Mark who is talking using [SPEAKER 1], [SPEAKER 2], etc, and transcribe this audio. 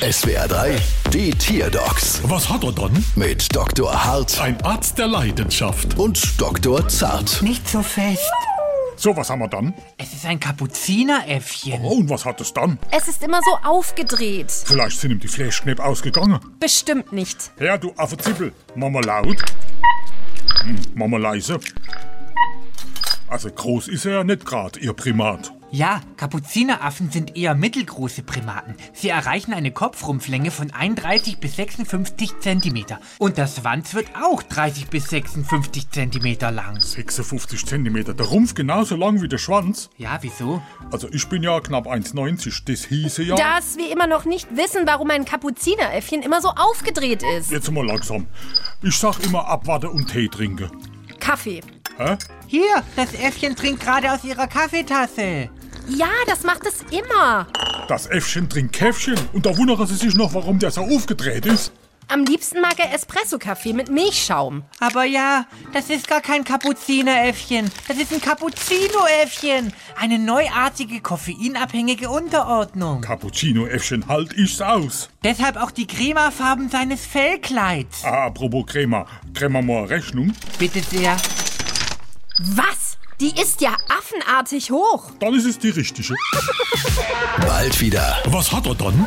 [SPEAKER 1] SWR 3, die Tierdocs
[SPEAKER 2] Was hat er dann?
[SPEAKER 1] mit Dr. Hart
[SPEAKER 2] Ein Arzt der Leidenschaft.
[SPEAKER 1] und Dr. Zart.
[SPEAKER 3] Nicht so fest.
[SPEAKER 2] So, was haben wir dann?
[SPEAKER 3] Es ist ein Kapuzineräffchen.
[SPEAKER 2] Oh, und was hat es dann?
[SPEAKER 4] Es ist immer so aufgedreht.
[SPEAKER 2] Vielleicht sind ihm die Fleischknepp ausgegangen.
[SPEAKER 4] Bestimmt nicht.
[SPEAKER 2] Herr, du Affezippel, mach mal laut. Hm, mach mal leise. Also groß ist er ja nicht grad, ihr Primat.
[SPEAKER 3] Ja, Kapuzineraffen sind eher mittelgroße Primaten. Sie erreichen eine Kopfrumpflänge von 31 bis 56 Zentimeter. Und das Schwanz wird auch 30 bis 56 Zentimeter lang.
[SPEAKER 2] 56 Zentimeter, der Rumpf genauso lang wie der Schwanz.
[SPEAKER 3] Ja, wieso?
[SPEAKER 2] Also ich bin ja knapp 1,90, das hieße ja...
[SPEAKER 4] Dass wir immer noch nicht wissen, warum ein Kapuzineräffchen immer so aufgedreht ist.
[SPEAKER 2] Jetzt mal langsam. Ich sag immer abwarten und Tee trinken.
[SPEAKER 4] Kaffee.
[SPEAKER 2] Hä?
[SPEAKER 3] Hier, das Äffchen trinkt gerade aus ihrer Kaffeetasse.
[SPEAKER 4] Ja, das macht es immer.
[SPEAKER 2] Das Äffchen trinkt Käffchen und da wundern sie sich noch, warum der so aufgedreht ist.
[SPEAKER 4] Am liebsten mag er Espresso-Kaffee mit Milchschaum.
[SPEAKER 3] Aber ja, das ist gar kein Kapuzineräffchen. Das ist ein Cappuccinoäffchen. Eine neuartige koffeinabhängige Unterordnung.
[SPEAKER 2] Cappuccino-Äffchen, halt ich's aus.
[SPEAKER 3] Deshalb auch die cremafarben seines Fellkleids.
[SPEAKER 2] Ah, apropos Crema. Crema mal Rechnung.
[SPEAKER 3] Bitte sehr.
[SPEAKER 4] Was? Die ist ja affenartig hoch.
[SPEAKER 2] Dann ist es die richtige.
[SPEAKER 1] Bald wieder.
[SPEAKER 2] Was hat er dann?